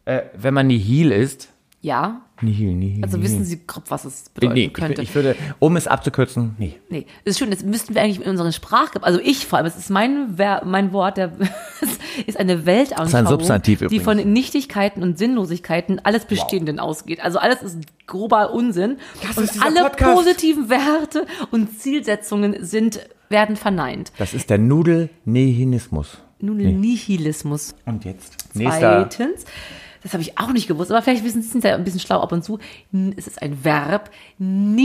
Speaker 1: Äh, wenn man nihil ist,
Speaker 2: Ja.
Speaker 1: nihil, nihil.
Speaker 2: Also wissen Sie grob, was es bedeuten
Speaker 1: nee,
Speaker 2: könnte.
Speaker 1: Ich, ich würde, um es abzukürzen, nee.
Speaker 2: Nee, das ist schön, jetzt müssten wir eigentlich in unseren Sprach, also ich vor allem, es ist mein, Ver mein Wort, der es ist eine Weltanschauung,
Speaker 1: Das ist ein Substantiv
Speaker 2: die
Speaker 1: übrigens.
Speaker 2: von Nichtigkeiten und Sinnlosigkeiten alles Bestehenden ausgeht. Also alles ist grober Unsinn
Speaker 1: Das
Speaker 2: und
Speaker 1: ist dieser
Speaker 2: alle
Speaker 1: Podcast.
Speaker 2: positiven Werte und Zielsetzungen sind werden verneint.
Speaker 1: Das ist der Nudel-Nihilismus.
Speaker 2: Nun Nihilismus.
Speaker 1: Und jetzt?
Speaker 2: Zweitens, das habe ich auch nicht gewusst, aber vielleicht wissen Sie sind ja ein bisschen schlau ab und zu. N- Es ist ein Verb,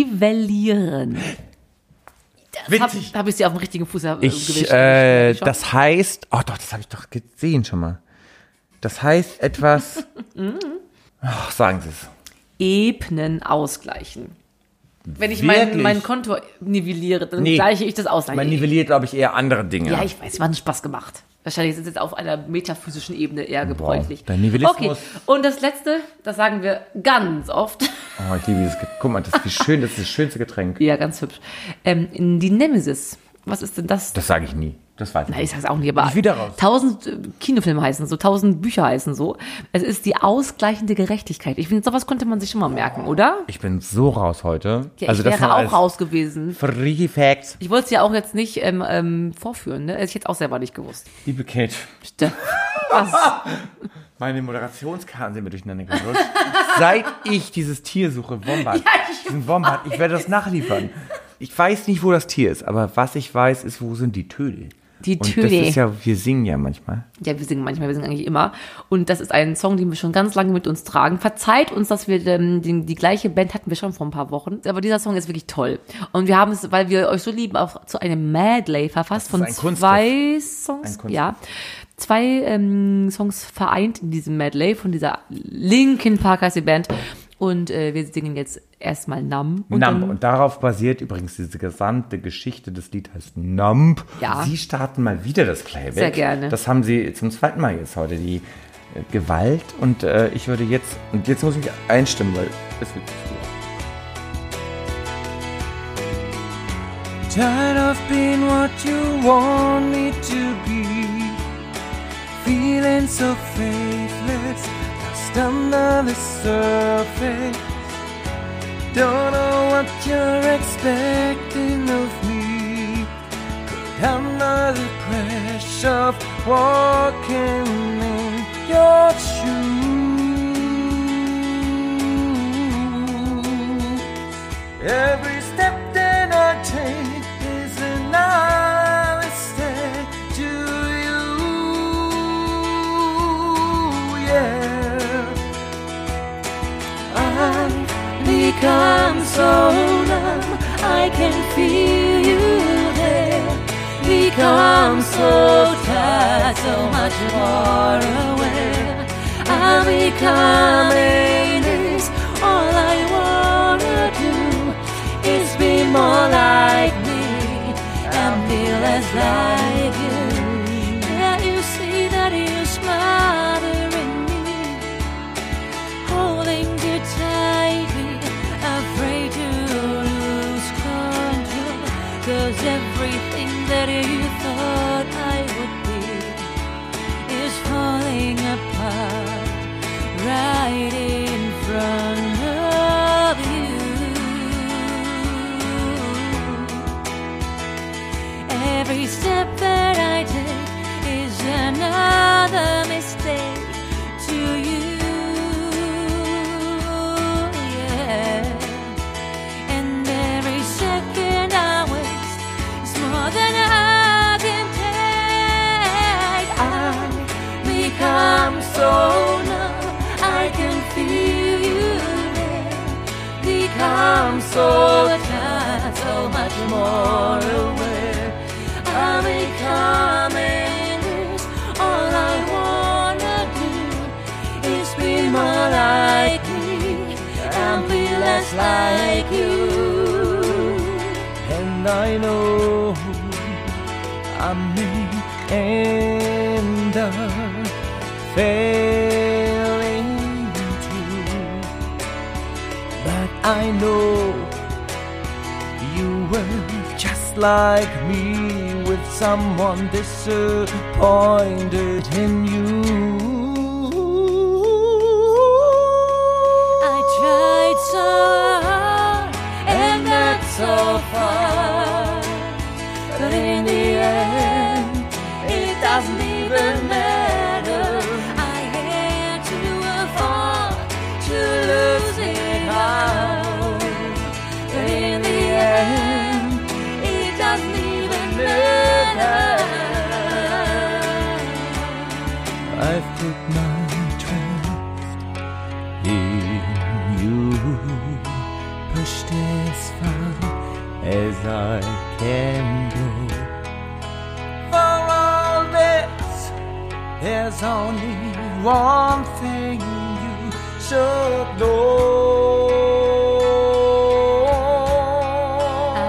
Speaker 2: nivellieren.
Speaker 1: Witzig.
Speaker 2: Habe hab ich Sie auf dem richtigen Fuß äh,
Speaker 1: Ich,
Speaker 2: gewischt?
Speaker 1: äh,
Speaker 2: Schon?
Speaker 1: das heißt, oh doch, das habe ich doch gesehen schon mal. Das heißt etwas, ach, sagen Sie es.
Speaker 2: Ebenen ausgleichen. Wenn ich
Speaker 1: Wirklich?
Speaker 2: mein, mein Konto nivelliere, dann
Speaker 1: Nee.
Speaker 2: gleiche ich das aus. Nein,
Speaker 1: Man nivelliert, glaube ich, eher andere Dinge.
Speaker 2: Äh, ja, ich weiß, war ein Spaß gemacht. Wahrscheinlich ist es jetzt auf einer metaphysischen Ebene eher gebräuchlich.
Speaker 1: der Nihilismus.
Speaker 2: Okay, und das Letzte, das sagen wir ganz oft.
Speaker 1: oh, ich liebe dieses, Ge- guck mal, das ist, wie schön, das ist das schönste Getränk.
Speaker 2: ja, ganz hübsch. Ähm, die Nemesis. Was ist denn das?
Speaker 1: Das sage ich nie, das weiß ich
Speaker 2: Na, ich
Speaker 1: nicht.
Speaker 2: sag's auch nicht, aber
Speaker 1: Nicht wieder raus.
Speaker 2: tausend äh, Kinofilme heißen so, tausend Bücher heißen so. Es ist die ausgleichende Gerechtigkeit. Ich finde, sowas konnte man sich schon mal merken, oder?
Speaker 1: Ich bin so raus heute.
Speaker 2: Ja,
Speaker 1: also
Speaker 2: ich
Speaker 1: das
Speaker 2: wäre
Speaker 1: nur
Speaker 2: auch
Speaker 1: als
Speaker 2: raus gewesen.
Speaker 1: Free Facts.
Speaker 2: Ich wollte es ja auch jetzt nicht ähm, ähm, vorführen, ne? Ich hätte es auch selber nicht gewusst.
Speaker 1: Liebe Kate,
Speaker 2: Ste- Was?
Speaker 1: meine Moderationskarten sind mir durcheinander gerutscht. Seit ich dieses Tier suche, Wombat,
Speaker 2: ich
Speaker 1: diesen Wombat, ich werde das nachliefern. Ich weiß nicht, wo das Tier ist, aber was ich weiß, ist, wo sind die Tödel.
Speaker 2: Die
Speaker 1: Und das
Speaker 2: Tödel.
Speaker 1: ist ja, wir singen ja manchmal.
Speaker 2: Ja, wir singen manchmal, wir singen eigentlich immer. Und das ist ein Song, den wir schon ganz lange mit uns tragen. Verzeiht uns, dass wir ähm, den, die gleiche Band hatten wir schon vor ein paar Wochen. Aber dieser Song ist wirklich toll. Und wir haben es, weil wir euch so lieben, auch zu einem Medley verfasst von
Speaker 1: ein Kunstgriff.
Speaker 2: zwei Songs.
Speaker 1: Kunstgriff.
Speaker 2: Ja. Zwei ähm, Songs vereint in diesem Medley von dieser Linkin Park heißt die Band. Und äh, wir singen jetzt erstmal Numb.
Speaker 1: Numb.
Speaker 2: Und dann-
Speaker 1: Und darauf basiert übrigens diese gesamte Geschichte. Das Lied heißt Numb.
Speaker 2: Ja.
Speaker 1: Sie starten mal wieder das Playback.
Speaker 2: Sehr gerne.
Speaker 1: Das haben Sie zum zweiten Mal jetzt heute, die äh, Gewalt. Und äh, ich würde jetzt, und jetzt muss ich mich einstimmen, weil es wird zu früh.
Speaker 4: Tired of being what you want me to be. Feeling so faithless, lost under the surface. Don't know what you're expecting of me. But under the pressure of walking in your shoes. Every step that I take is an honest step to you. Yeah, I've become so numb. I can feel you there. Become so tired, so much more aware. I'm becoming is all I wanna do is be more like me and be less like you. Yeah, you see that you smothering me holding you tightly, afraid to lose control. Cause everything that you thought I would be is falling apart right in front of you. Every step that I take is another mistake to you. Yeah. And every second I waste is more than I can take. I become so numb, I can feel you there. Become so tired, so much more aware. I'm becoming is all I wanna do is be more like me and be just like you. And I know I'm weak and I'm failing too. But I know you were just like me with someone disappointed in you.
Speaker 5: I tried so hard, and that's so far. But in the end, it doesn't even matter. I had to afford to lose it all. But in the end, it doesn't even matter.
Speaker 4: I've put my trust in you. Pushed as far as I can go. For all this, there's only one thing you should know.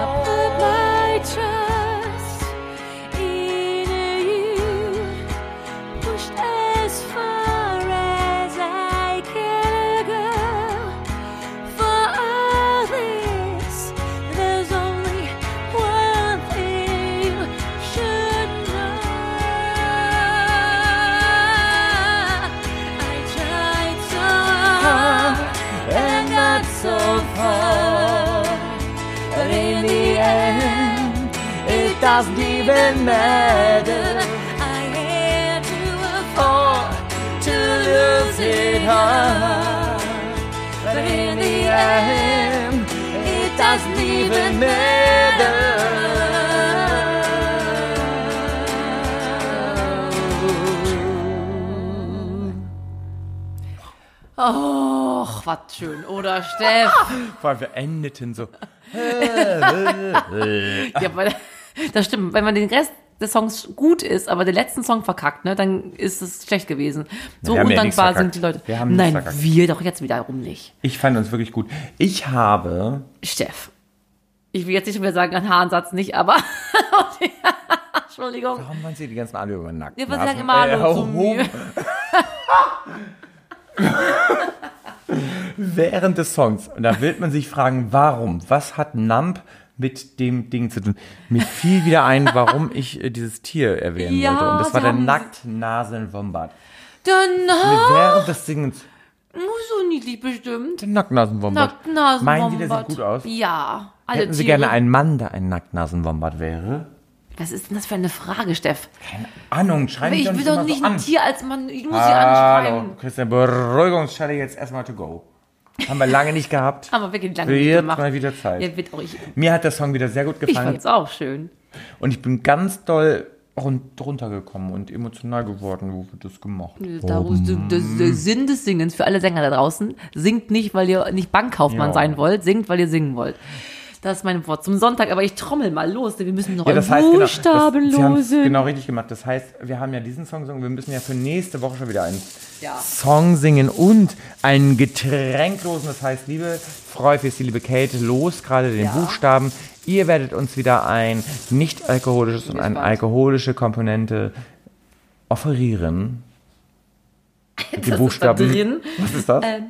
Speaker 5: I put my trust in you, pushed as far as I can go. For all this, there's only one thing you should know. I tried so hard and got so far. But in the end, it doesn't even matter. I had to afford Oh, to lose it all. But in the end, it doesn't even matter.
Speaker 2: Och, was schön, oder Steff?
Speaker 1: Weil wir endeten so.
Speaker 2: ja, weil, das stimmt. Wenn man den Rest des Songs gut ist, aber den letzten Song verkackt, ne, dann ist es schlecht gewesen. So
Speaker 1: wir haben ja
Speaker 2: undankbar
Speaker 1: nichts
Speaker 2: sind
Speaker 1: verkackt.
Speaker 2: die Leute.
Speaker 1: Wir haben nichts
Speaker 2: Nein,
Speaker 1: verkackt.
Speaker 2: wir doch jetzt wiederum nicht.
Speaker 1: Ich fand uns wirklich gut. Ich habe
Speaker 2: Steff. Ich will jetzt nicht mehr sagen, ein Haaransatz nicht, aber. Entschuldigung.
Speaker 1: Warum waren sie die ganzen alle über nackt?
Speaker 2: Ja, weil sie sagen immer
Speaker 1: Äh,
Speaker 2: Hallo zu mir.
Speaker 1: Während des Songs. Und da wird man sich fragen, warum? Was hat Nump mit dem Ding zu tun? Mir fiel wieder ein, warum ich äh, dieses Tier erwähnen
Speaker 2: Ja,
Speaker 1: wollte. Und das
Speaker 2: sie
Speaker 1: war der
Speaker 2: haben-
Speaker 1: Nacknasenwombat.
Speaker 2: Danach.
Speaker 1: Während des Singens.
Speaker 2: So niedlich bestimmt.
Speaker 1: Der Nacknasenwombat.
Speaker 2: Nacktnasenwombat.
Speaker 1: Meinen Sie, der sieht gut aus?
Speaker 2: Ja. Alle
Speaker 1: Hätten Sie
Speaker 2: Tiere.
Speaker 1: gerne einen Mann, der ein Nacknasenwombat wäre?
Speaker 2: Was ist denn das für eine Frage, Steff?
Speaker 1: Ahnung, schreiben Sie
Speaker 2: Ich
Speaker 1: doch
Speaker 2: will
Speaker 1: nicht
Speaker 2: doch
Speaker 1: immer
Speaker 2: nicht
Speaker 1: so
Speaker 2: ein
Speaker 1: an.
Speaker 2: Tier als Mann. Ich muss sie
Speaker 1: Hallo,
Speaker 2: anschreiben.
Speaker 1: Christian, Beruhigungsschelle jetzt erstmal to go. Haben wir lange nicht gehabt.
Speaker 2: Haben wir wirklich lange nicht
Speaker 1: Wird
Speaker 2: gemacht.
Speaker 1: mal wieder Zeit.
Speaker 2: Ja, wird auch ich.
Speaker 1: Mir hat der Song wieder sehr gut
Speaker 2: Ich fand
Speaker 1: gefallen.
Speaker 2: es auch schön.
Speaker 1: Und ich bin ganz doll rund, runtergekommen und emotional geworden, wo wir das gemacht haben.
Speaker 2: Daraus, das, der Sinn des Singens für alle Sänger da draußen. Singt nicht, weil ihr nicht Bankkaufmann
Speaker 1: Ja.
Speaker 2: sein wollt, singt, weil ihr singen wollt. Das ist mein Wort zum Sonntag, aber ich trommel mal los, denn wir müssen noch
Speaker 1: Ja, das heißt, genau, das, Sie haben es
Speaker 2: Buchstabenlose.
Speaker 1: genau richtig gemacht. Das heißt, wir haben ja diesen Song gesungen. Wir müssen ja für nächste Woche schon wieder einen
Speaker 2: Ja.
Speaker 1: Song singen und einen getränklosen. Das heißt, liebe Freufis, die liebe Kate, los gerade den Buchstaben. Ihr werdet uns wieder ein nicht alkoholisches und eine alkoholische Komponente offerieren. Die
Speaker 2: ist da
Speaker 1: Buchstaben.
Speaker 2: drin.
Speaker 1: Was ist das?
Speaker 2: Ähm,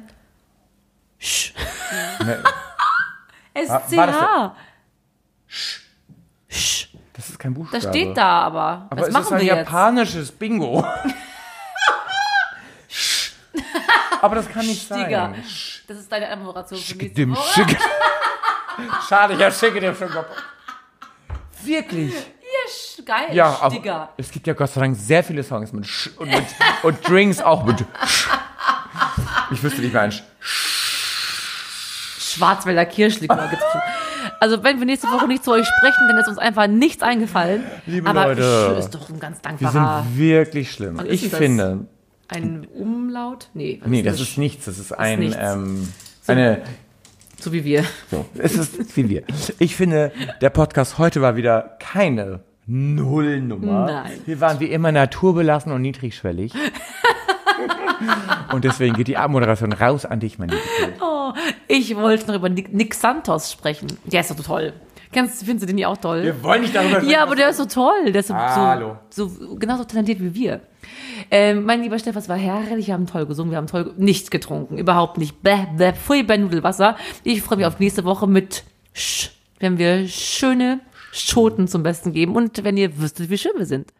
Speaker 1: Ne,
Speaker 2: SCH.
Speaker 1: Ah, war das das ist kein Buchstabe.
Speaker 2: das steht da aber.
Speaker 1: Aber
Speaker 2: Was
Speaker 1: es ist
Speaker 2: machen
Speaker 1: ein
Speaker 2: wir jetzt?
Speaker 1: japanisches Bingo. Aber das kann nicht
Speaker 2: Digga.
Speaker 1: sein.
Speaker 2: Das ist deine Admiration für nächste
Speaker 1: Dim,
Speaker 2: Woche.
Speaker 1: schick. Schade, ich schicke dir schon Kopf. Wirklich?
Speaker 2: Sch- Geil,
Speaker 1: Ja, aber
Speaker 2: Digga.
Speaker 1: es gibt ja Gott sei Dank sehr viele Songs mit Sch und, mit, und Drinks auch mit Sch. Ich wüsste nicht mehr ein Sch.
Speaker 2: Schwarzwälder Kirschlikör gibt's schon. Also wenn wir nächste Woche nicht zu euch sprechen, dann ist uns einfach nichts eingefallen.
Speaker 1: Liebe
Speaker 2: aber
Speaker 1: Leute,
Speaker 2: Sch ist doch ein ganz
Speaker 1: Die sind
Speaker 2: dankbarer,
Speaker 1: wirklich schlimm.
Speaker 2: ist
Speaker 1: Ich
Speaker 2: das?
Speaker 1: finde,
Speaker 2: ein Umlaut. Nee, was
Speaker 1: nee,
Speaker 2: denn
Speaker 1: das ist nichts. Das ist ein,
Speaker 2: nichts.
Speaker 1: ähm, eine
Speaker 2: so wie wir.
Speaker 1: So, es ist wie wir. Ich finde, der Podcast heute war wieder keine Nullnummer.
Speaker 2: Nein.
Speaker 1: Wir waren wie immer naturbelassen und niedrigschwellig. Und deswegen geht die Abmoderation raus an dich, mein Lieber.
Speaker 2: Oh, Ich wollte noch über Nick, Nick Santos sprechen. Der ist doch toll. Kennst, findest du den nicht auch toll?
Speaker 1: Wir wollen nicht darüber
Speaker 2: Ja, aber der ist so toll. Der ist so,
Speaker 1: Hallo.
Speaker 2: so, so genauso talentiert wie wir. Ähm, mein lieber Stefan, es war herrlich. Wir haben toll gesungen. Wir haben toll ge- nichts getrunken. Überhaupt nicht. Bäh, bäh, pfui, bäh, Nudelwasser. Ich freue mich auf nächste Woche mit Sch, wenn wir schöne Schoten zum Besten geben. Und wenn ihr wüsstet, wie schön wir sind.